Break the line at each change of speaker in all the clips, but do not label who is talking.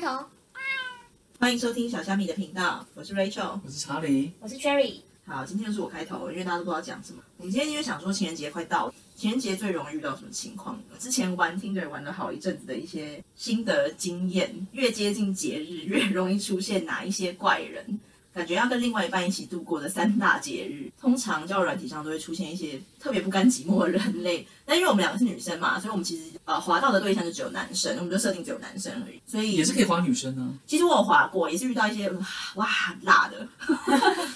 头，
欢迎收听小虾米的频道，我是 Rachel。
我是查理，
嗯
我是 Cherry。
好，今天又是我开头，因为大家都不知道讲什么。我们今天因为想说情人节快到了，情人节最容易遇到什么情况？之前玩 Tinder 玩了好一阵子的一些心得经验，越接近节日，越容易出现哪一些怪人？感觉要跟另外一半一起度过的三大节日，通常交友软体上都会出现一些特别不甘寂寞的人类。但因为我们两个是女生嘛，所以我们其实呃滑到的对象就只有男生，我们就设定只有男生而已。所以
也是可以划女生啊。
其实我有滑过，也是遇到一些哇哇很辣的，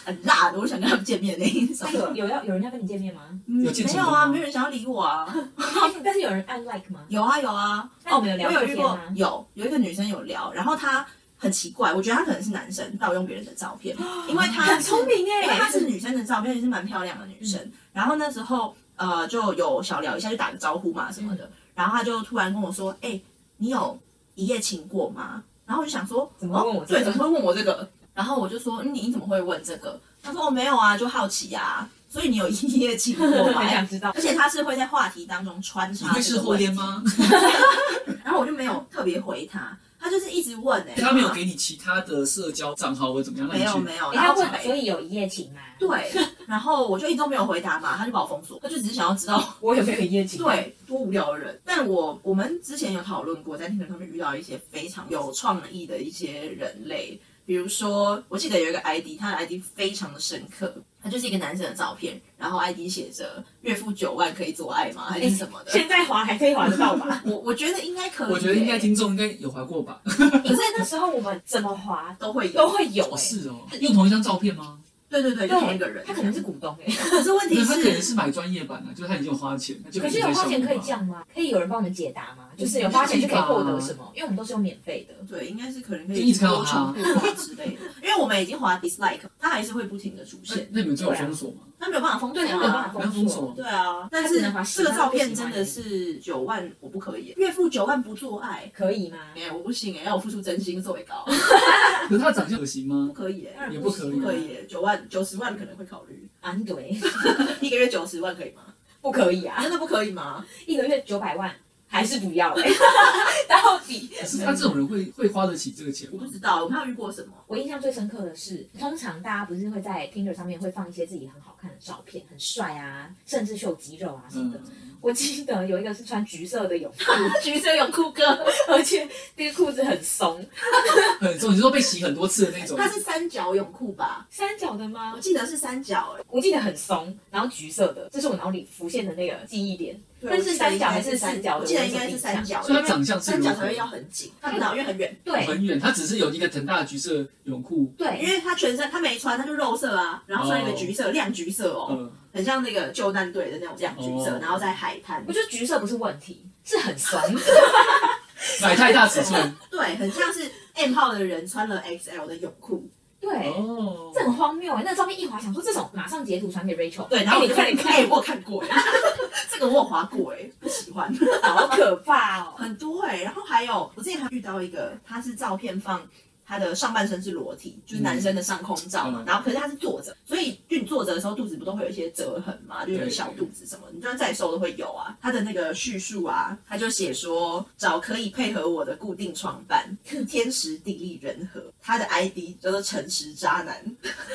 很辣的，我想跟他们见面的那一种
那。有有要有人要跟你见面 吗？
没
有见成
有
功
啊，
吗
没有人想要理我啊。
但是有人按 like 吗？
有啊有啊，
那
哦，
你们有聊
我
过
有遇过
天吗，
有有一个女生有聊，然后她很奇怪，我觉得她可能是男生盗用别人的照片，因为她
很聪明哎、
因为她是女生的照片，也是蛮漂亮的女
嗯
生。然后那时候呃就有小聊一下，就打个招呼嘛什么
嗯
的。然后她就突然跟我说：“哎、你有一夜情过吗？”然后我就想说：“
怎么会问我
哦
这个
对，怎么会问我这个？”然后我就说：“嗯你怎么会问这个？”她说：“我、没有啊，就好奇啊。”所以你有一夜情过吗？
很 想知道
而。且她是会在话题当中穿
你
插
会
啊这
事
个
后
问题
恋吗？
然后我就没有特别回她，她就是一直问哎、
他没有给你其他的社交账号或者怎么样？让
没
你
有
去
没有，
哎
然
他
后
问，所以有一夜情吗？
对，然后我就一直都没有回答嘛，她就把我封锁，她就只是想要知道
我有没有一夜情？，
对，多无聊的人。但我我们之前有讨论过，在 Tinder 上面遇到一些非常有创意的一些人类，比如说，我记得有一个 ID，他的 ID 非常的深刻，他就是一个男生的照片，然后 ID 写着“月付九万可以做爱吗”还是什么的。
现在滑还可以滑得到 吧？
我我觉得应该可以、
哎我觉得应该，听众应该有划过吧？
可是那时候我们怎么滑
都会有，
都会有
哦，
哎、
是哦，用同一张照片吗？
对对对，就同一个人。
他可能是股东哎、
可是问题
那他可能
是，
是买专业版的，啊就是他已经有花钱，那就
可是有花钱可以这
降。
样吗？可以有人帮我们解答吗？就是有花钱就可以获得什么？因为我们都是用免费的。
对，应该是可能可
就
以
一直看到
多重复滑啊之类的，因为我们已经滑 dislike，他还是会不停的出
那
现，
那你们最有封锁吗？
他没有办法封锁、啊，
嗯对他没有办法
没有封锁，
对啊，但
他
是
只能
这
把
个
喜欢
照
不喜
片
欢
真
而
的
已
是九万，我不可以。月付九万不做爱，
可以吗？
哎、我不行哎、要我付出真心作为高，
可是他长相可行
不
吗？
可以哎、
也不可以
啊
不可以、欸，九万九十万可能会考虑，
安对，
一个月九十万可以吗？
不可以啊！
真的不可以吗？
一个月九百万还是不要 哎、到底
可是他 这种人会会花得起这个钱
我不
吗？
知道，我没有遇过什么。
我印象最深刻的是，通常大家不是会在 Tinder 上面会放一些自己很好看的照片，很帅啊，甚至秀肌肉啊什么的。
嗯，
我记得有一个是穿橘色的泳裤，
橘色有酷哥，
而且那个裤子很松，
很重，你是说被洗很多次的那种
那，是三角泳裤吧？
三角的
我
吗？
记得是三角哎、
我记得很松，然后橘色的，这是我脑里浮现的那个记忆点。
对
但是
我记得
三角
应该
还是四角的
我记得应该是三角，
所以他
因为
长相是
三
如
角
何
才会要很紧，看不到，因为很远。
对
很远，他只是有一个很大的橘色泳裤，
因
对，
为他全身他没穿，他就肉色啊，然后穿一个
哦
橘色、亮橘色哦，
嗯，
很像那个救难队的那种这样橘色，
哦
然后在海滩
我，觉得橘色不是问题，是很松。
买太大尺寸，
对，很像是 M 号的人穿了 XL 的泳裤，
对，
哦
这很荒谬哎、那个照片一滑，想说这种马上截图传给 Rachel，
对，然后我
哎你
就
快点
哎、
看，
我有看过 哎，这个我有划过哎，不喜欢，
好可怕哦。
很多哎，然后还有我之前还遇到一个，他是照片放。他的上半身是裸体，就是男生的上空照嘛，
嗯
然后可是他是坐着，所以就你坐着的时候，肚子不都会有一些折痕嘛，就有
对
小肚子什么，你就算再瘦都会有啊。他的那个叙述啊，他就写说找可以配合我的固定床伴，天时地利人和。他的 ID 叫做诚实渣男，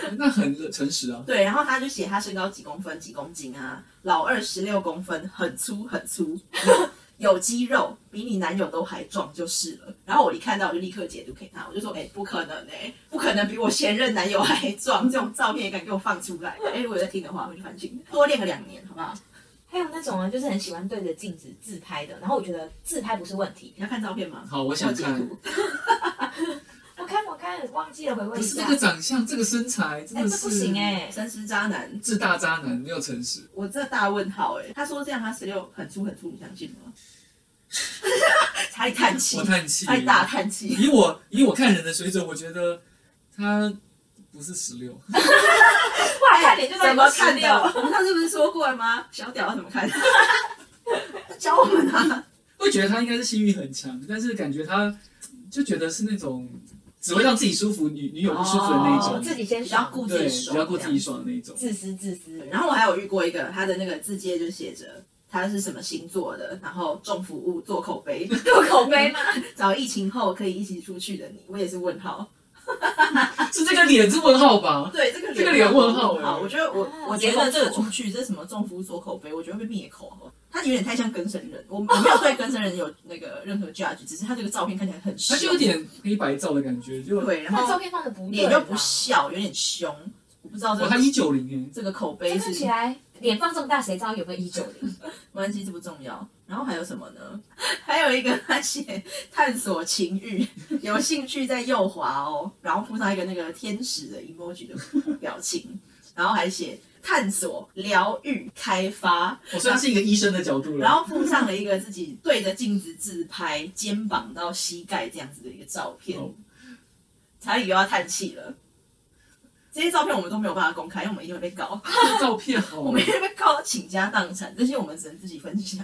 哦那很诚实啊，
对，然后他就写他身高几公分几公斤啊，老二十六公分，很粗很粗，有有肌肉，比你男友都还壮就是了。然后我一看到我就立刻截图给他，我就说，哎、不可能哎、不可能比我前任男友还壮，这种照片也敢给我放出来？哎、如果有在听的话，我就反省，多练个两年好不好？
还有那种啊，就是很喜欢对着镜子自拍的，然后我觉得自拍不是问题。
你要看照片吗？
好，我想看
我。截图
我看我看，忘记了回味一
不是
下
这。个长相，这个身材，真
哎，
的
这
是
不行哎、
三师渣男，
自大渣男没有诚实，
我这大问号哎、他说这样他十六很粗很粗，你相信吗？ 查理叹气
我，叹气。
查理大叹气。
以我以我看人的水准，我觉得他不是十六，
哇，看脸就
怎么看
掉。
的？我们上次不是说过了吗？小屌要怎么看？教我们啊！
会觉得他应该是性欲很强，但是感觉他就觉得是那种只会让自己舒服，女女友不舒服的那一
哦
种，
自己先
比较
爽，
顾自
对，
己
比
爽，
较过自己爽的那一种。
自私自私。
然后我还有遇过一个，他的那个字界就写着他是什么星座的，然后重服务做口碑，
有口碑吗？
找疫情后可以一起出去的你，我也是问号。啊
是这个脸是问号 吧？
对，这个
这个脸问号
好，我觉得我
啊
我觉得这
结
个
论错
出去这什么重服务做口碑，我觉得会被灭口。他有点太像更生人，我我没有对更生人有那个任何 judge，只是他这个照片看起来很
它
凶，
就有点黑白照的感觉，就
对，然
他照
后
片放的不对
脸
啊吧，
又不笑，有点凶，我不知道这
我
个、
他一九零哎，
这个口碑
这
是
看起来脸放这么大，谁知道有没有一九零？
没关系，这不重要。然后还有什么呢？还有一个他写探索情欲，有兴趣在右滑哦，然后附上一个那个天使的 emoji 的表情，然后还写探索、疗愈、开发，
我虽然是一个医生的角度
然
了，
后附上了一个自己对着镜子自拍，肩膀到膝盖这样子的一个照片
哦。
查理又要叹气了。这些照片我们都没有办法公开，因为我们一定会被告，
这个照片好
我，们一定会被告倾家荡产，这些我们只能自己分享。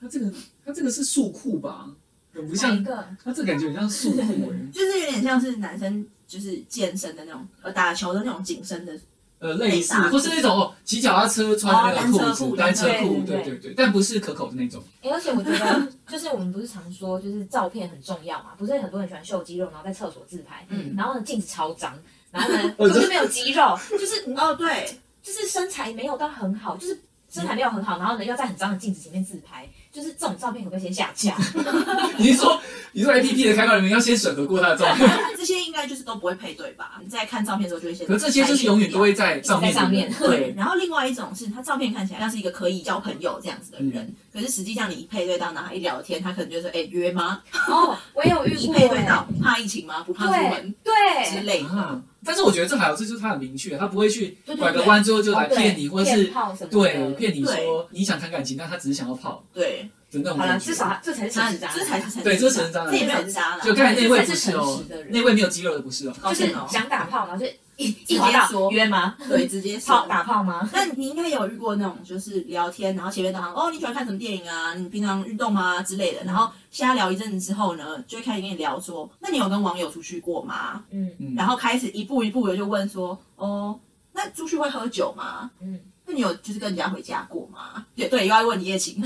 他这个他这个是束裤吧？很不
哪一
像，
个？
他这感觉很像束 裤哎，
就是有点像是男生就是健身的那种，呃，打球的那种紧身的，
呃，类似
内搭，裤
或是那种哦，骑脚踏车穿的
哦
那个
单
裤
车裤
子，单车裤，
对对
对
对
对对，但不是可口的那种，
哎、而且我觉得，就是我们不是常说，就是照片很重要嘛，不是很多人喜欢秀肌肉，然后在厕所自拍，
嗯
然后呢镜子超脏，然后呢
我
就
知道
是没有肌肉，就是
哦，对，
就是身材没有到很好，就是身材没有很好，然后呢要在很脏的镜子前面自拍，就是这种照片可不可以先下架？
你是说你是说 A P P 的开发人员要先审核过他的照片，
这些应该就是都不会配对吧？你在看照片的时候就会先，
可这些就是永远都。会 在上面
在上面
对不对
对，然后另外一种是他照片看起来像是一个可以交朋友这样子的人，
嗯
可是实际上你一配对到，然后一聊天，他可能就说：“哎、约吗？
哦，我也有遇
一
过、
配对
欸，
到，怕疫情吗？不怕出门
对
之
对，
类的。
啊，但是我觉得这还好，这就是他很明确，他不会去
对对
拐个
对
弯之后就来
哦对
骗你，或者
骗
是
炮什么的，
对骗你
对
说你想谈感情，但他只是想要泡
对，
的那种
好了，
感
至
觉。
少他这才是
那
诚实啊渣男，
这才是成
对这是成人渣男
这也没有很渣啦。
就刚才那位不是
这才是
哦
诚实的，人
那位没有肌肉的不是哦，
抱
就是
歉哦
想打炮，然后就一
直
一滑
接
到
说
约吗？
对，直接
炮
说。
打炮吗？
那你应该有遇过那种，就是聊天，然后前面当哦，你喜欢看什么电影啊？你平常运动吗之类的，然后瞎聊一阵子之后呢，就会开始跟你聊说，那你有跟网友出去过吗？
嗯
嗯
然后开始一步一步的就问说，哦，那出去会喝酒吗？
嗯。
那你有就是跟人家回家过吗？对对，又要问一夜情，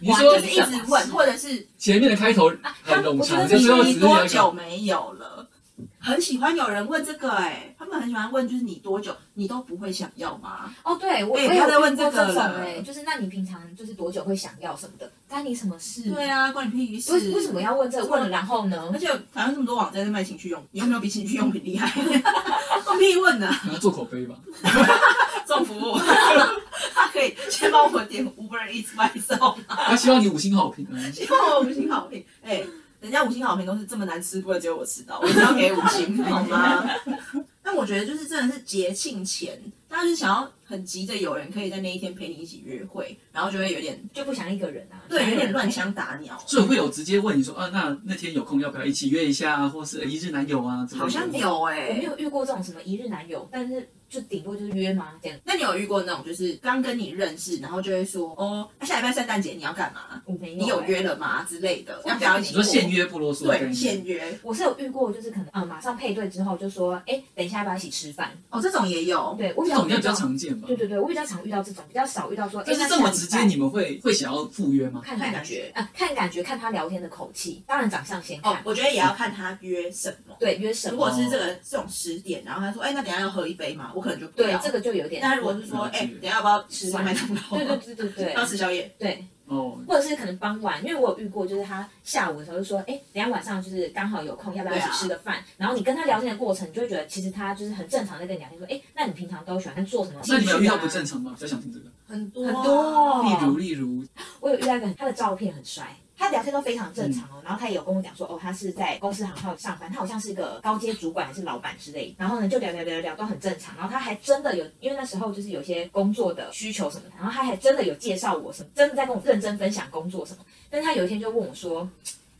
你
哇
说
就是一直问，或者是
前面的开头很冗
啊
长， 就
我觉得
最后只
你
是
多
那
久
个
没有了？很喜欢有人问这个、哎，他们很喜欢问，就是你多久，你都不会想要吗？
哦，对，我、
哎
我有
他在问
遇过
这个
这种
了
哎、就是那你平常就是多久会想要什么的，干你什么事？
对
啊，
啊，关你屁事！
为为什么要问这个？问了然后呢
而？且台湾这么多网站在卖情趣用品，你有没有比情趣用品厉害？ 放屁问呢、
可能做口碑吧。
送服务， 他可以先帮我们点 Uber Eats 外送，
他希望你五星好评啊，
希望我五星好评。哎、人家五星好评都是这么难吃过的，只有我吃到，我一定要给五星，好吗？ 但我觉得就是真的是节庆前，大家就是想要很急着有人可以在那一天陪你一起约会，然后就会有点
就不想一个人啊？
对，有点乱
想。
枪打鸟。
所以会有直接问你说啊，那那天有空要不要一起约一下啊，或是呃一日男友啊之类的。
好像有哎、
我没有遇过这种什么一日男友，但是就顶多就是约嘛，这样
那你有遇过那种就是刚跟你认识，然后就会说哦，那下礼拜圣诞节你要干嘛？
我没有、
你有？约了吗？之类的，
我
要不要一
你
起
说
过？
现约不啰嗦的概
对
念，
现约
我是有遇过，就是可能呃马上配对之后就说，哎、等一下要不要一起吃饭？
哦，这种也有，
对我比
这
较
种应该比较
遇到
常见吧
对。对对，我比较常遇到这种，比较少遇到说，哎
但是
那
这么
下礼
直接，
拜
你们会会想要赴约吗？
看
看
感
感
觉
觉
啊、呃看感觉，看他聊天的口气，当然长相先看。
哦，我觉得也要看他约什么。
对，约什
如
么？
果是这个这种十点，然后他说，哎，那等一下要喝一杯吗？我可能就不
对
要。，
这个就有点。
那如果是说，
了解
哎，等一下要不要吃
吃
外卖当
对
劳？
对对 对对
要吃宵夜？
对，
哦，
或者是可能傍晚，因为我有遇过，就是他下午的时候就说，哎、等一下晚上就是刚好有空，要不要一起
对啊
吃个饭？然后你跟他聊天的过程，你就会觉得其实他就是很正常在跟你聊天，说，哎、那你平常都喜欢做什么？
那你们有遇到不
兴趣
正常吗？比较想听这个。
很多
啊
很
很
多。
多，
例如，例如，
我有遇到一个他的照片很帅，他聊天都非常正常
嗯
哦。然后他也有跟我讲说，哦，他是在公司行号上班，他好像是一个高阶主管还是老板之类。然后呢，就聊聊聊聊都很正常。然后他还真的有，因为那时候就是有些工作的需求什么的，然后他还真的有介绍我什么，真的在跟我认真分享工作什么。但是他有一天就问我说，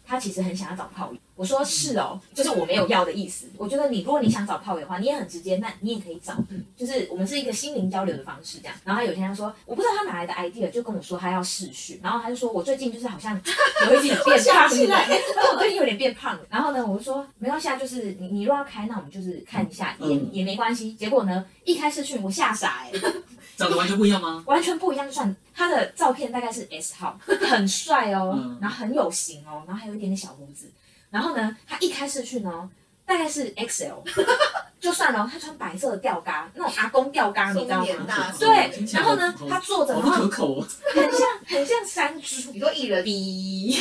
他其实很想要找炮友。我说是哦，就是我没有要的意思。我觉得你如果你想找炮友的话，你也很直接，那你也可以找，
嗯
就是我们是一个心灵交流的方式这样。然后他有一天他说，我不知道他哪来的 idea，就跟我说他要试训，然后他就说我最近就是好像 有一点变
想
胖
起来
了， 我最近有点变胖了。然后呢，我就说没关系啊，就是你你如果要开，那我们就是看一下也、
嗯
也没关系。结果呢，一开试训我吓傻哎、
长得完全不一样吗？
完全不一样，就算他的照片大概是 S 号， 很帅哦，
嗯
然后很有型哦，然后还有一点点小胡子。然后呢，他一开始去呢，大概是 XL，就 算了哦，他穿白色的吊嘎，那种阿公吊嘎，你知道
松脸
吗？
大
好
对
听，起来
然后呢
好，
他坐着，
好
然
不可
后
口哦。
很像很像山猪
你。说艺人，
逼，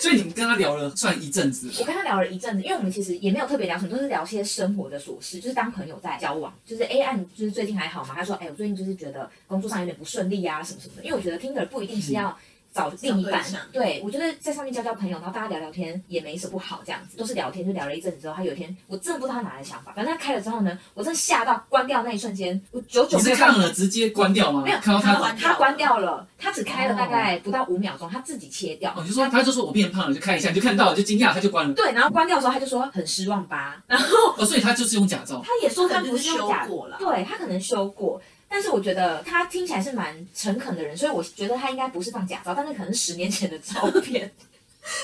所以你们跟他聊了算一阵子
我跟他聊了一阵子，因为我们其实也没有特别聊什么，都是聊些生活的琐事，就是当朋友在交往。就是哎，按、你就是最近还好吗？他说，哎、我最近就是觉得工作上有点不顺利啊，什么什么的。因为我觉得 Tinder 不一定是要找另一
嗯
半
找对象，
对我觉得在上面交交朋友，然后大家聊聊天也没什么不好，这样子都是聊天，就聊了一阵子之后，他有一天我真的不知道他哪来的想法，反正他开了之后呢，我真的吓到关掉那一瞬间，我久久
你
没
是
有办法
看了直接关掉吗？
没有
看到他
看完
他关掉了，他只开了大概不到五秒钟，他自己切掉。
哦，你就说他就说我变胖了，就看一下，你就看到了，就惊讶，他就关了。
对，然后关掉的时候他就说很失望吧，然后
哦，所以他就是用假照。
他也说他不是用
可能
假
是修过啦
对他可能修过，但是我觉得他听起来是蛮诚恳的人，所以我觉得他应该不是放假照，但是可能是十年前的照片。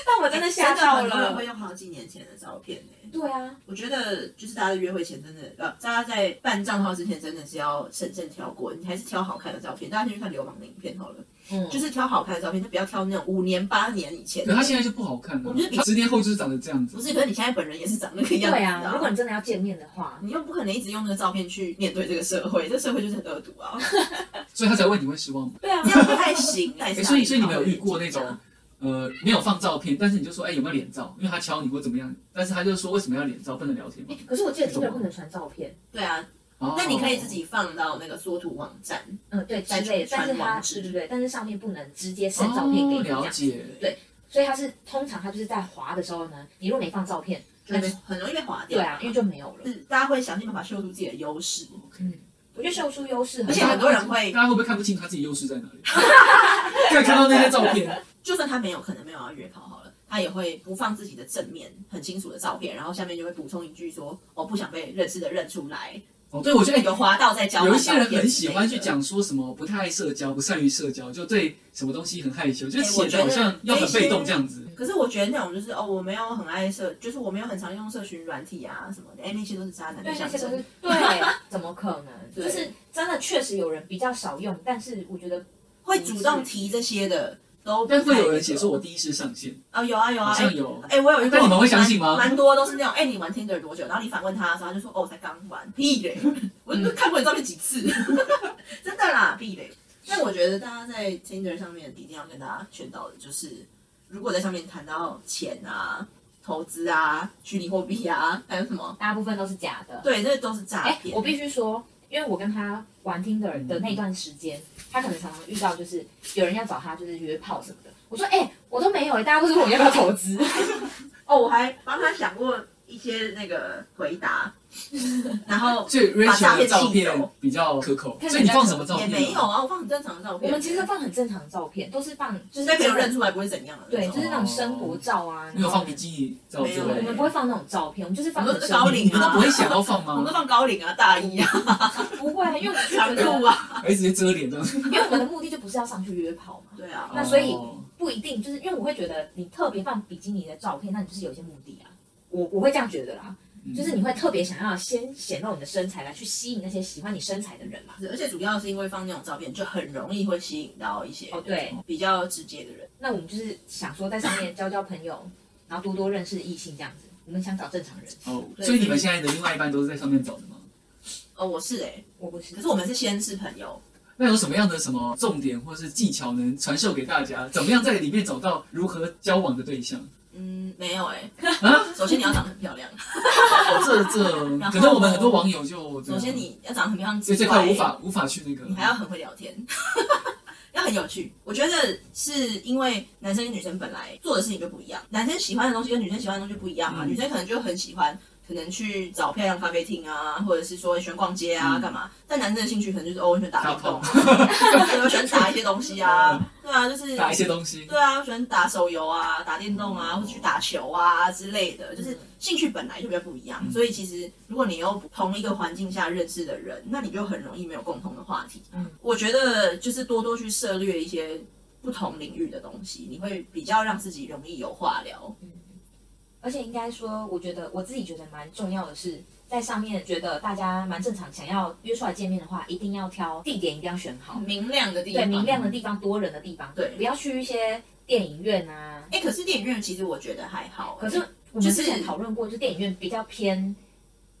但我真的吓到
真的很多哦人
了
会。用好几年前的照片呢、
对啊，
我觉得就是大家在约会前真的，呃，大家在办账号之前真的是要慎慎挑过，你还是挑好看的照片。大家先去看流氓的影片好了，
嗯，
就是挑好看的照片，就不要挑那种五年八年以前
可。他现在就不好看了
我觉得，比
他十年后就是长得这样子
不。是，可是你现在本人也是长那个样子
对啊，如果你真的要见面的话，
你又不可能一直用那个照片去面对这个社会，这社会就是很恶毒 啊，
所以他才问你会失望吗？
对啊
这，样不太行。戴
欸、
上
所以所以你们有遇过那种呃没有放照片，但是你就说哎、有没有脸照？因为他敲你或怎么样，但是他就说为什么要脸照不能聊天吗？
可是我记得听人不能传照片。
对啊，
哦
那你可以自己放到那个缩图网站，
嗯，对，之
再
类
传
的，但是
传
他
网址
对对对，但是上面不能直接 send 照片给
哦
你这
了
样，
解。
所以他是通常他就是在滑的时候呢，你如果没放照片，
就被很容易被划掉。
对啊，因为就没有了。
是大家会想尽办法秀出自己的优势，
我觉得秀出优势，
而且很多人会，
大家会不会看不清他自己优势在哪里？看看到那些照片，
就算他没有可能没有要约炮好了，他也会不放自己的正面很清楚的照片，然后下面就会补充一句说，哦，不想被认识的认出来，
哦，对，我觉得、哎
有滑到在交换
有一些人
照片
很喜欢
之
去
类的。
讲说什么不太爱社交，不善于社交，就对什么东西很害羞，就
哎我
显
觉得
得好像要很被动这样子。
可是我觉得那种就是哦，我没有很爱社，就是我没有很常用社群软体啊什么的，哎，那些都是渣男的
对那
象
些都
征。
是对，怎么可能？
对
就是真的确实有人比较少用，但是我觉得
会主动提这些的都不太
但
那个，
会有人写说我第一次上线，
哦，有啊有啊，
好
哎
像有。
哎、我有一个
但你们会相信吗
蛮蛮多都是那种，哎、你玩 Tinder 多久？然后你反问他的时候，他就说，哦，我才刚玩，屁嘞！我都看过你照片几次， 真的啦，屁嘞！但我觉得大家在 Tinder 上面一定要跟大家劝导的，就是如果在上面谈到钱啊、投资啊、虚拟货币啊，还有什么，
大部分都是假的。
对，这都是诈
哎，
骗。
我必须说，因为我跟他玩
嗯
Tinder 的那段时间，他可能常常遇到就是有人要找他就是约炮什么的。我说哎，我都没有哎，大家都是问我要不要投资。
哦，我还帮他想过一些那个回答，然后
所以 Rachel 的照
把诈骗气
片
走
比较可口。
看起
所
来
以你放什 么照
也
片？
没有。啊，我放很正常的照
我
片。
们其实放很正常的照片，都是放就是
被朋友认出来哦不会怎样的啊那
对，
种。
就是那种生活照啊。
你有
然后
放笔记照
没有
之
我
类
们
的
不？会放那种照片，我们就是放
我们
很
都是
生活
高领
你们都
啊
不会想要放
我们都
吗？
放高领啊，大衣 啊，
不会，因为我们就觉
长
得
裤啊。
还直接遮 脸这样？
因为我们的目的就不是要上去约炮嘛。
对啊，
那所以
哦
不一定，就是因为我会觉得你特别放比基尼的照片，那你就是有一些目的啊。我我会这样觉得啦，就是
嗯
你会特别想要先显露你的身材来去吸引那些喜欢你身材的人嘛。
而且主要是因为放那种照片，就很容易会吸引到一些
哦，对，
比较直接的人。
那我们就是想说在上面交交朋友，然后多多认识异性这样子。我们想找正常人，
哦，
对
所以你们现在的另外一半都是在上面找的吗？
哦，我是哎、
我不是
可。是我们是先是朋友，
那有什么样的什么重点或是技巧能传授给大家？怎么样在里面找到如何交往的 对象？
嗯，没有哎、
啊
首先你要长得很漂亮，
哦，这这，
然后
可能我们很多网友就啊
首先，你要长得很漂亮之
所以这
外
块无，法无法去那个，
你还要很会聊天。 要很有趣，我觉得是因为男生跟女生本来做的事情就不一样，男生喜欢的东西跟女生喜欢的东西不一样啊。
嗯
女生可能就很喜欢，可能去找漂亮咖啡厅啊，或者是说喜欢逛街啊，
嗯
干嘛？但男生的兴趣可能就是哦，我喜欢打
打
电动
炮嗯
啊，我喜欢打一些东西啊，对啊，就是
打一些东西。
对啊，我喜欢打手游啊，打电动啊，或者去打球啊之类的，
嗯
就是兴趣本来就比较不一
嗯
样，所以其实如果你又不同一个环境下认识的人，那你就很容易没有共同的话题。
嗯
我觉得就是多多去涉猎一些不同领域的东西，你会比较让自己
嗯
容易有话聊。
而且应该说，我觉得我自己觉得蛮重要的是，在上面觉得大家蛮正常，想要约出来见面的话，一定要挑地点，一定要选好，
哦明亮的地
对，
方。
明亮的地方、多人的地方，
对
不要去一些电影院啊。
哎、可是电影院其实我觉得还好、
可是我
就
们
是
之前讨论过，就是电影院比较偏，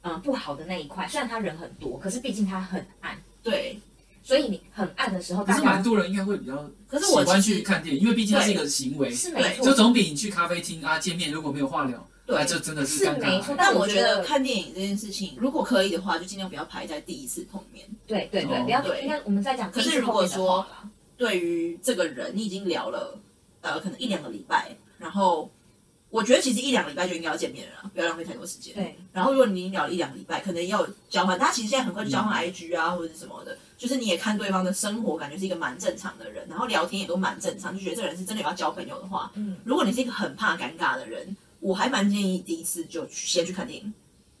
嗯、不好的那一块。虽然它人很多，可是毕竟它很暗，
对，
所以你很暗的时候，
可
大
是
家
蛮多人应该会比较
可是我
喜欢
其实
去看电影，因为毕竟它是一个行为，
是没
就
错，
总比你去咖啡厅啊见面如果没有话聊，那
对，
就真的
是
尴
没
尬。
错
但
但
我
我
觉
觉
得
得
看电影这件事情，如果可以的话，就尽量不要排在第一次碰面。
对对
哦
对，不要
对
应该我们在讲
可
第
是
一次碰面的
如果
话啦。
对于这个人，你已经聊了呃可能一两个礼拜，然后我觉得其实一两个礼拜就应该要见面了啦，不要浪费太多时间。
对，
然后如果你已经聊了一两个礼拜，可能要交换，大家其实现在很快就交换 IG 啊、或者是什么的，就是你也看对方的生活，感觉是一个蛮正常的人，然后聊天也都蛮正常，就觉得这个人是真的有要交朋友的话，
嗯，
如果你是一个很怕尴尬的人，我还蛮建议第一次就去先去看电影。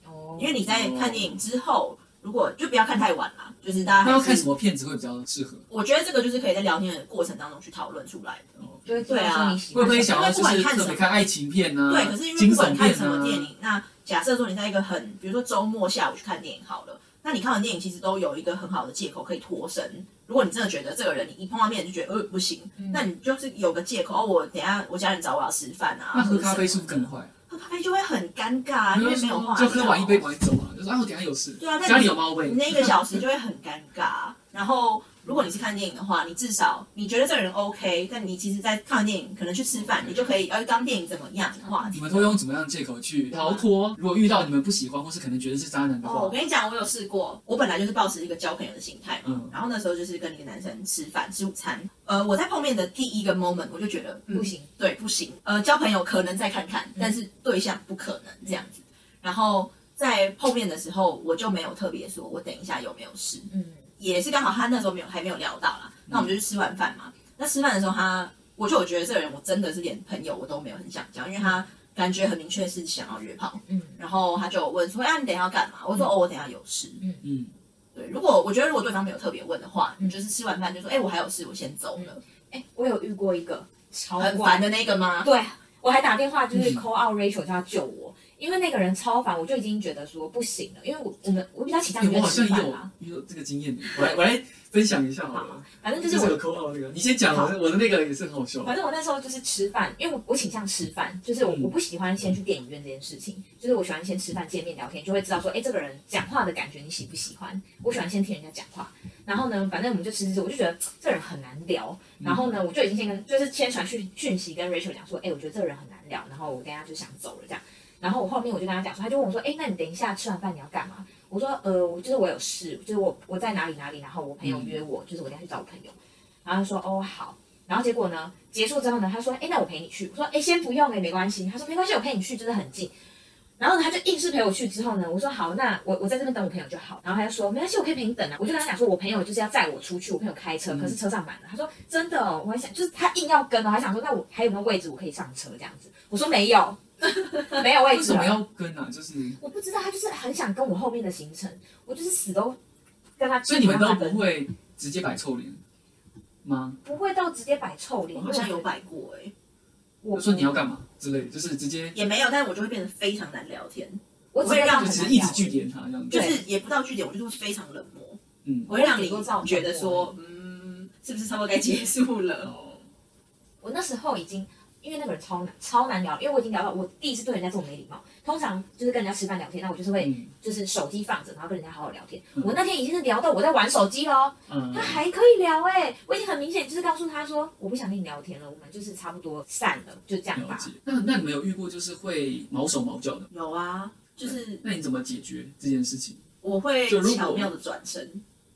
哦
因为你在看电影之后，如果就不要看太晚啦，就是大
那
家
要
啊还
看
是
什么片子会比较适合？
我觉得这个就是可以在聊天的过程当中去讨论出来的。
就会知道说你喜
会
欢
不会
什么
想要
啊不
就
管
是
看
特
什
别
么
看爱情片啊？
对，可是因为
惊
不管
悚
看
片
什么
啊
电影，那假设说你在一个很，比如说周末下午去看电影好了，那你看完电影其实都有一个很好的借口可以脱身。如果你真的觉得这个人你一碰到面你就觉得呃不行，那你就是有个借口哦，我等一下我家人找我要吃饭啊，
那
或
喝
者
咖啡是
什
不是
么
更
的
快？
喝咖啡就会很尴尬啊啊，因为没有话
嗯就喝完一
聊
杯赶紧走啊，就说啊我等一下有事，
对啊但
家
你
里有猫喂
你。那一个小时就会很尴尬。然后，如果你是看电影的话，你至少你觉得这个人 OK，但你其实，在看完电影可能去吃饭，你就可以呃，刚电影怎么样话
你
题。
们都用怎么样的借口去逃脱？如果遇到你们不喜欢或是可能觉得是渣男的
哦，我
话，
跟你讲，我有试过，我本来就是抱持一个交朋友的心态嘛。
嗯
然后那时候就是跟一个男生吃饭吃午餐，呃，我在碰面的第一个 moment 我就觉得、嗯
不行，
对，不行。呃，交朋友可能再看看，但是对象不可能这样子。然后在碰面的时候，我就没有特别说，我等一下有没有事。
嗯，
也是刚好他那时候没有还没有聊到啦，那我们就去吃完饭嘛。那吃饭的时候他，我就我觉得这个人我真的是连朋友我都没有很想交，因为他感觉很明确是想要约炮，
嗯，
然后他就问说，哎、啊，你等一下要干嘛？我说，哦，我等一下有事。
嗯，
对，如果我觉得如果对方没有特别问的话，
嗯
你就是吃完饭就说，哎、我还有事，我先走了，
哎，我有遇过一个超
很
怪
烦的嗯那个吗？
对，我还打电话就是 call out Rachel 叫他救我，因为那个人超烦，我就已经觉得说不行了，因为我我们我比较倾向
哎
于
我好像
吃饭
有
啊
啦，
有这个经验，我来我来分享一下好了。
反正就
就是是我
我。
的口号那个，你先讲，我的我的那个也是很好笑。
反正我那时候就是吃饭，因为我我倾向吃饭，就是我
嗯
我不喜欢先去电影院这件事情，就是我喜欢先吃饭见面聊天，就会知道说，哎、这个人讲话的感觉你喜不喜欢？我喜欢先听人家讲话，然后呢，反正我们就吃吃吃，我就觉得这人很难聊，然后呢，我就已经先跟就是先传讯讯息跟 Rachel 讲说，哎、我觉得这个人很难聊，然后我等一下就想走了这样，然后我后面我就跟他讲说，他就问我说，哎、那你等一下吃完饭你要干嘛？我说，呃，我就是我有事，就是我我在哪里哪里，然后我朋友约我，就是我等一下去找我朋友，然后他说，哦，好。然后结果呢，结束之后呢，他说：“哎，那我陪你去。”我说：“哎，先不用哎，没关系。”他说：“没关系，我陪你去，真的很近。”然后呢，他就硬是陪我去。之后呢，我说：“好，那我我在这边等我朋友就好。”然后他就说：“没关系，我可以陪你等啊。”我就跟他讲说：“我朋友就是要载我出去，我朋友开车，可是车上满了。”他说：“真的哦，我还想就是他硬要跟哦，还想说那我还有没有位置我可以上车这样子。”我说：“没有， 没有位
为
置
什
了。
么要跟啊？就是
我不知道，他就是很想跟我后面的行程，我就是死都跟他。
所以你们都
不
不会直接摆臭脸吗？
不会到直接摆臭脸，
我好像有，摆过哎、
我
就说你要干嘛之类的，就是直接
也没有，但是我就会变得非常难聊天，
我只会
我也让
让
就
很
其实
难
一直
聊
拒点他这样
就
子。
是也不到据点，我就会非常冷漠，
嗯，
我会让你
我顶多到
觉得说，嗯，是不是差不多该结束了？
哦，
我那时候已经，因为那个人超难超难聊，因为我已经聊到我第一次对人家这么没礼貌。通常就是跟人家吃饭聊天，那我就是会
嗯
就是手机放着，然后跟人家好好聊天。
嗯
我那天已经是聊到我在玩手机喽，
嗯
他，还可以聊哎、我已经很明显就是告诉他说我不想跟你聊天了，我们就是差不多散了，就这样
了
吧。
解。那那你们有遇过就是会毛手毛脚的？
有啊，就是
那你怎么解决这件事情？
我会
就如果
巧妙的转身。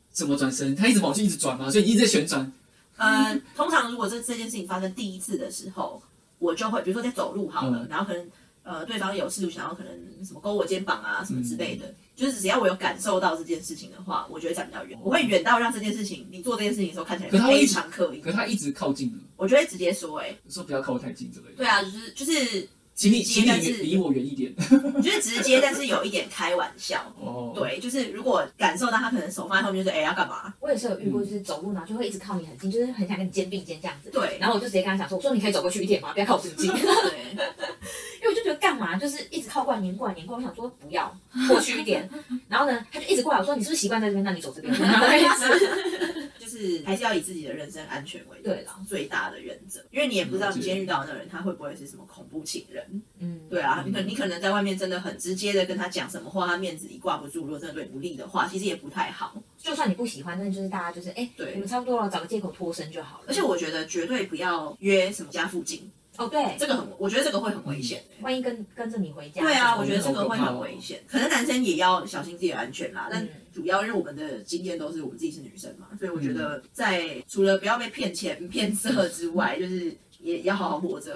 怎么转身？他一直往就一直转啊嘛，所以你一直在旋转。
呃，通常如果这这件事情发生第一次的时候，我就会比如说在走路好了，
嗯
然后可能呃对方有事想要可能什么勾我肩膀啊什么之类的，就是只要我有感受到这件事情的话，我就会站比较远，我会远到让这件事情你做这件事情的时候看起来
可他会
非
一直
常刻意
可，他一直靠近了，
我就会直接说、欸，哎，
说不要靠太近之类的。
对啊，就是就是
请你
直接
请
但
你
是
离我远一点。
就是直接，但是有一点开玩笑。
哦，，
对，就是如果感受到他可能手放在后面，就是哎、要干 嘛？
我也是有遇过，就是走路然后就会一直靠你很近，就是很想跟你肩并肩这样子。
对
然后我就直接跟他讲说，我说你可以走过去一点吗？不要靠我这么近。
对，
因为我就觉得干嘛？吗？就是一直靠过来黏过来黏过来，我想说不要过去一点。然后呢，他就一直过来，我说你是不是习惯在这边？那你走这边。 然后他就一直
就是还是要以自己的人身安全为
对啦
最大的原则，因为你也不知道你今天遇到的那个人他会不会是什么恐怖情人，
嗯，
对啊，
嗯
你可你可能在外面真的很直接的跟他讲什么话，他面子一挂不住，如果真的对你不利的话，其实也不太好。
就算你不喜欢，但是就是大家就是哎，
对
我们差不多了，找个借口脱身就好了。
而且我觉得绝对不要约什么家附近，
哦对，
这个很，我觉得这个会很危险、欸。
万一跟跟着你回家，
对啊，
这个
我觉得这个
好可
会
怕哦
很危险。可能男生也要小心自己的安全啦，但
嗯
主要因为我们的经验都是我们自己是女生嘛，所以我觉得在除了不要被骗钱、骗色之外，就是也要好好活 着，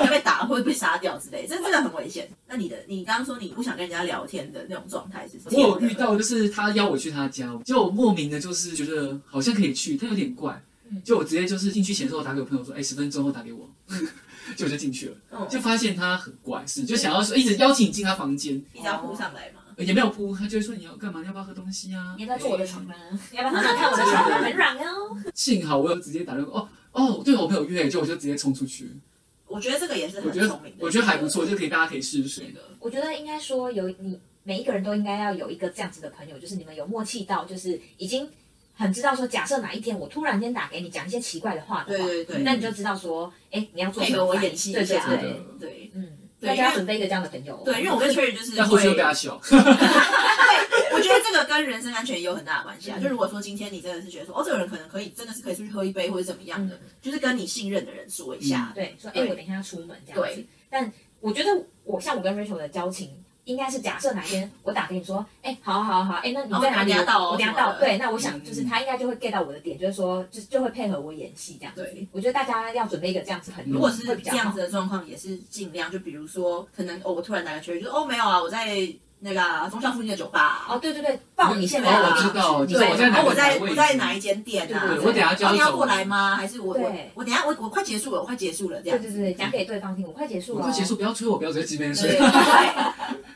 要被打或者被杀掉之类，这真的很危险。那你的，你刚刚说你不想跟人家聊天的那种状态是什么？
我有遇到，就是他邀我去他家，就我莫名的，就是觉得好像可以去，但有点怪
嗯。
就我直接就是进去前的时候打给我朋友说，哎、十分钟后打给我，
嗯
就我就进去了，
嗯，
就发现他很怪，是就想要说一直邀请你进他房间，呃
比较扑上来嘛。
也没有扑，他就会说你要干嘛，你要不要喝东西啊？
你要不要坐我 的床单啊？你要不要看看我的床单很软
啊
哦？
幸好我有直接打电话，哦哦，对我朋友约，就我就直接冲出去，
我觉得这个也是
我
很
觉
聪
得
明的，
我觉得还不错，就可以大家可以试试。
的。
我觉得应该说有你每一个人都应该要有一个这样子的朋友，就是你们有默契到，就是已经很知道说，假设哪一天我突然间打给你讲一些奇怪的话的
对
话，
对对，
那你就知道说，哎，你要做
配
什
合
么
我
反应
演戏一
对对
下
真
对，
的，
对
嗯，
对
大
因
家
为
准备一个这样的朋友哦。
对，因为 我跟确认就是
但后续又
会
被他笑，
我觉得这个跟人身安全也有很大的关系啊。
嗯
就如果说今天你真的是觉得说，哦，这个人可能可以，真的是可以出去喝一杯或者怎么样的，就是跟你信任的人说一下。
嗯对，说哎、
对
我等一下要出门这样子
对。
但我觉得我像我跟 Rachel 的交情，应该是假设哪天我打给你说，哎、好好好，哎、那你
哦
在哪里？
我等下到哦
我等下
什么
到。
的
对，那我想就是
嗯
他应该就会 get 到我的点，就是说就就会配合我演戏这样子。
对，
我觉得大家要准备一个这样子很
如果
友
是
会比
这
较
样
好。
子的状况，也是尽量就比如说，可能哦，我突然打个确认，就说哦没有啊，我在那个啊中校附近的酒吧。
哦，对对对，报你现在
对
的
啊
哦，
地
我
址
知道，就是
对，
我在
然
哪
后
个
我在
位置
我在哪一间店啊？
对
我等下就要
哦你要
走
过来吗？还是我我
对
我等下我我快结束了，我快结束了这
对
样
对
子。
对对，讲给对方听，我快结束
我
了、
快结。束，不要催我，不要直接挤别人
对
睡。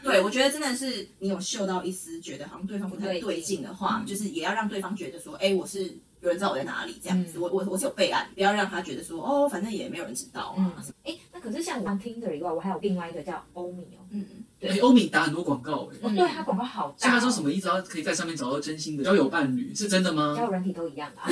对，我觉得真的是你有嗅到一丝觉得好像对方不太对劲的话，
嗯
就是也要让对方觉得说，哎，我是有人知道我在哪里这样子，
嗯
我我我是有备案，不要让他觉得说，哦，反正也没有人知道
嗯
啊。，
哎，那可是像我 Tinder 以外，我还有另外一个叫欧米哦，
嗯，
对
哎欧米打很多广告哎，
哦，对，他广告好
所以他
大、哦，
说什么一直要可以在上面找到真心的交友伴侣，是真的
交
吗？
友软体都一样啊。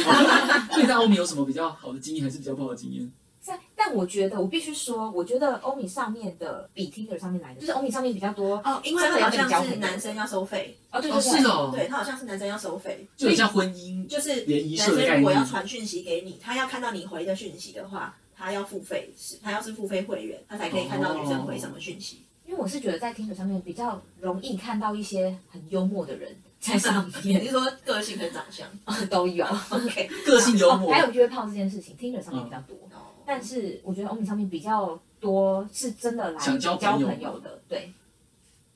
所以在欧米有什么比较好的经验，还是比较不好的经验？
在，但我觉得我必须说，我觉得欧米上面的比 Tinder 上面来的，就是欧米上面比较多
哦，因为
真的
他好
要跟
像
你交
是
朋友
男生要收费，
哦，对
哦，
对
是
对，
哦，
对他好像是男生要收费，
就很像婚姻
就是
联谊
男
社的
生
概
如果要
念。
传讯息给你，他要看到你回的讯息的话，他要付费，是他要是付费会员，他才可以看到女生回什么讯息。
因为我是觉得在 Tinder 上面比较容易看到一些很幽默的人在上
你
面，
是说个性跟长相
都有。
？OK，
个性幽默
还，有约炮这件事情，Tinder 上面比较多，
哦
但是我觉得欧米上面比较多是真的来
想交
交
朋友
朋友的。对，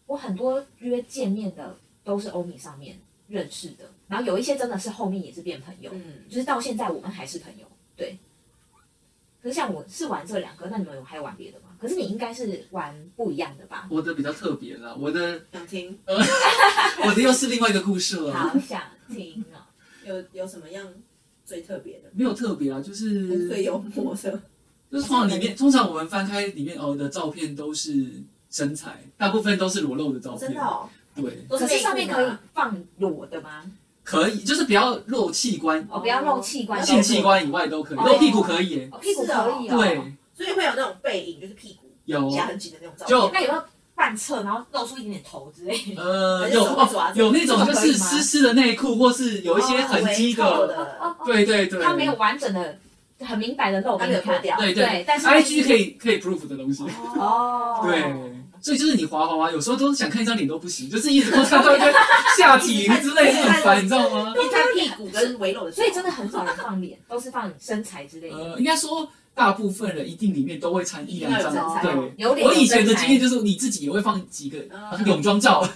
我很多约见面的都是欧米上面认识的，然后有一些真的是后面也是变朋友。
嗯。
就是到现在我们还是朋友，对。可是像我是玩这两个，那你们有还有玩别的吗？可是你应该是玩不一样的吧？
我的比较特别啦，我的
想听
我的又是另外一个故事了，
好想听哦！
有有什么样最特别
嗯
的，
没有特别啊，就是
还是最幽默的？
就是通常里面，通常我们翻开里面哦的照片都是身材，大部分都是裸露的照片
真的。哦，
对，
都
可是
内裤吗
上面可以放裸的吗？
可以，就是不要露器官，
哦，不要露器官，
性器官以外都可以，
哦
露屁股可以耶。
哦，屁股可以哦。
对，
所以会有那种背影，就是屁股
有
夹很紧的那种照片。
就
那有没有半侧，然后露出一点点头之类的？
呃，
还是
有
手会抓
哦
着
有那种就
这种可以
是
吗
湿湿的内裤，或是有一些痕
哦微
迹
透
的，
的，
对对对，
他没有完整的、很明白的露
它
给你
没有脱
看。
掉。
对
对，但是
I G 可以可以 proof 的东西，
哦，
哦，
对。所以就是你滑滑滑，有时候都想看一张脸都不行，就是一直都看到一个下体之类，就很烦，你知道吗？
一看屁股跟围肉的，
哦所以真的很少人放脸，都是放身材之类的。
呃，应该说大部分人一定里面都会掺一两
一定要有
张
身材
对。
有脸有
我以前的
身材
经验就是，你自己也会放几个
嗯
泳装照，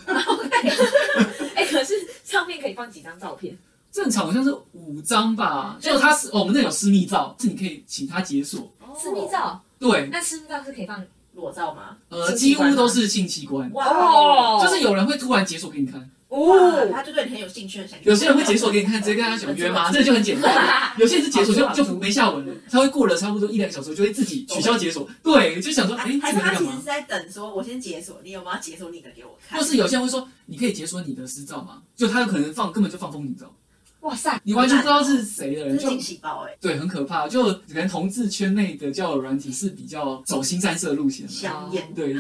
哎、可是上面可以放几张照片？
正常好像是五张吧。就他是、哦我们那有私密照，是你可以请他解锁。
哦
私密照，
对，
那私密照是可以放
裸照吗？
呃，
性器
几
官
乎
吗
都是性器官，
哇哦，
就是有人会突然解锁给你看。
哇，
哦，
他就对你很有兴趣，很想
有些人会解锁给你看，直接跟他想约
哦
吗？这就很 简单。有些人是解锁就就没下文了，他会过了差不多一两个小时就会自己取消解锁。对，就想说，哎，
哦还
这
是
个
他
在干
其实是
嘛？
在等说，我先解锁，你有没有解锁你的给我看？
或是有些人会说，你可以解锁你的私照吗？就他有可能放根本就放风景照，
哇塞，
你完全不知道是谁的
这
人，
是
就
惊喜包哎、
对，很可怕。就可能同志圈内的交友软体是比较走新三色路线的。
香艳
对，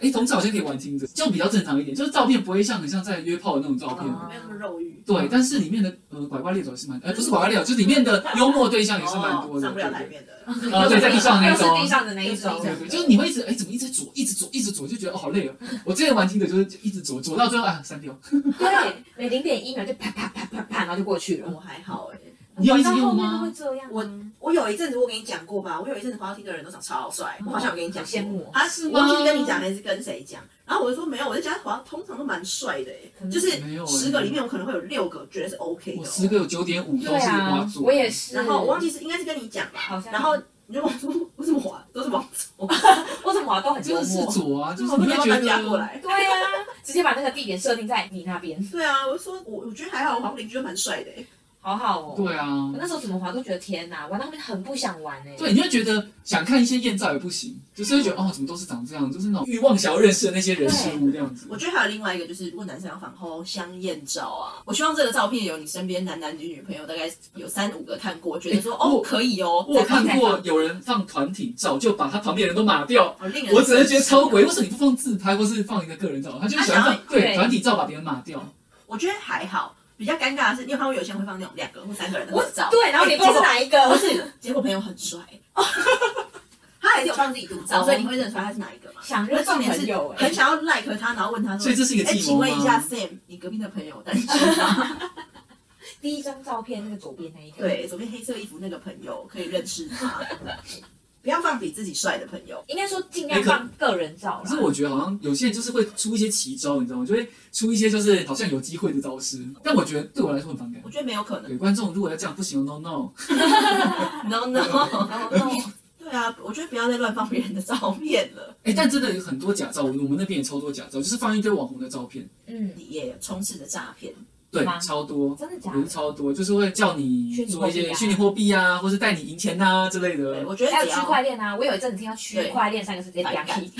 哎，同志好像可以玩清这，这样比较正常一点，就是照片不会像很像在约炮的那种照片。
哦
没有那么肉欲，
对，但是里面的呃拐瓜裂枣也是蛮，呃不是拐瓜裂枣，就是里面的幽默对象也是蛮多的。
哦上不了
对
台
对
面的。
啊，对，在地上那
又
一
是
种
地。上的那
又
一
是地
种
上，
对对，就是你会一直哎，怎么一直在左，一直左，一直左，就觉得哦好累哦。我之前玩听的就是一直左，左到最后啊删掉。
哎
对，每零点一秒就啪啪啪啪啪，然后就过去了。
我还好哎、
你有一直
玩到后
用
面都
吗
会？这样吗，
我我有一阵子我跟你讲过吧，我有一阵子滑到听的人都长超帅，我好像有跟你讲过
羡慕哦
啊，
是
我忘记
吗
跟你讲还是跟谁讲，然后我就说没有，我就觉得他滑通常都蛮帅的哎、
嗯
就是
没有欸
十个里面我可能会有六个觉得是 OK 的、
我
哦，
十个有九点五都
对
是滑
啊
左，，
我也是。
然后我忘记是应该是跟你讲
好
吧，
像
然后你就问我说为什么滑都是往左，
我怎么滑都很
真
幽
的是
默。
左啊， 就是
我
你
不
会
能
觉
搬家过
得
来。
对啊，直接把那个地点设定在你那边，
对啊，我就说我我觉得还好，我好像邻居都蛮帅的、欸，
好好哦。
对啊
我，那时候怎么滑都觉得天哪，玩到后面很不想玩哎。
对，你会觉得想看一些艳照也不行，就是会觉得哦怎么都是长这样，就是那种欲望想要认识的那些人事物这样子
我。觉得还有另外一个，就是如果男生要反后香艳照啊，我希望这个照片有你身边男男女女朋友大概有三五个看过，觉得说、
欸
哦
我
可以哦，
我有
再放
看
再
过
放
有人放团体照，就把他旁边的人都码掉，
好哦令人
我只是觉得超鬼，为
生气哦。
什么你不放自拍或是放一个个人照？他就是喜
他
欢
想要
放对
对
团体照把别人码掉。
我觉得还好，比较尴尬的是，你有看过有些人会放那种两个或三个人的
我
合照，
对，然后你不知道是哪一个
不。是，结果朋友很帅，他还是有放自己独照，所以你会认出来他是哪一个嘛？
想
可
认
是
识
重点
朋
是欸
友哎
很，想要 like 他，然后问他
所
说
以。这是一个
哎，
计谋
请
吗？
问一下 Sam，你隔壁的朋友单身吗？
第一张照片那个左边那一个，，
对，左边黑色衣服那个朋友可以认识吗？ 不要放比自己帅的朋友。
应该说尽量
哎可
放个人照
可
啦
是。我觉得好像有些人就是会出一些奇招，你知道吗？就会出一些就是好像有机会的招式，但我觉得对我来说很反感
我。觉得没有可能。
对观众，如果要这样不行哦，no no，
No no。
然后弄
对啊，我觉得不要再乱放别人的照片了。
哎、但真的有很多假照，我们那边也超多假照，就是放一堆网红的照片，
嗯，
你也充斥着诈骗，
对
吗，
超多，
真的假
也是
的？
超多，就是会叫你做一些虚拟货币啊，或是带你赢钱呐、之类
对
的。
我觉得
还
只
有区
要
块链啊，我有一阵子听到区块链三个字直接
对
飙
反
key，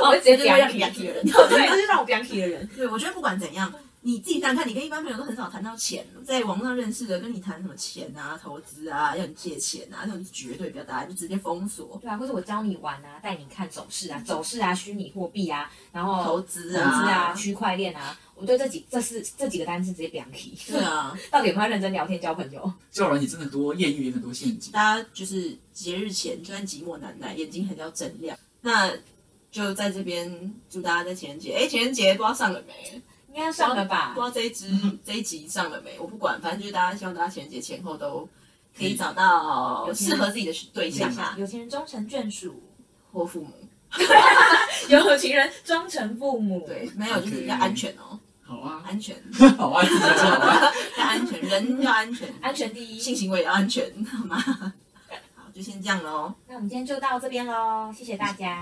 我就直接
对
飙
让你
key
两个人。
对，就是让我飙 key 的人。
对，我觉得不管怎样，你自己想想看，你跟一般朋友都很少谈到钱，在网络上认识的，跟你谈什么钱啊、投资啊、要你借钱啊，那种绝对不要搭，就直接封锁。
对啊，或者我教你玩啊，带你看走势啊，走势啊，虚拟货币啊，然后
投资
投
啊，
资啊，区块链啊，我对这几这四这几个单词直接表题，
对啊，
到底有没有认真聊天交朋友？
交友软体真的多，艳遇也很多陷阱。
大家就是节日前，就算寂寞难耐，眼睛还是要睁亮。那就在这边祝大家在情人节，哎，情人节不知道上了没？
应该上了吧
不知？道这一支、这一集上了没，我不管，反正就是大家希望大家情人节前后都可以找到
有
适合自己的对象啊，
有钱人终成眷属，
或父母。
有情人终成父母。
对，没有就是要
OK
安全哦，
好 啊，
安全，
好啊，自己说好啊。
要安全，人要安全，
安全第
性
一。
行为也要安全，好吗？好，就先这样喽。
那我们今天就到这边喽，谢谢大家。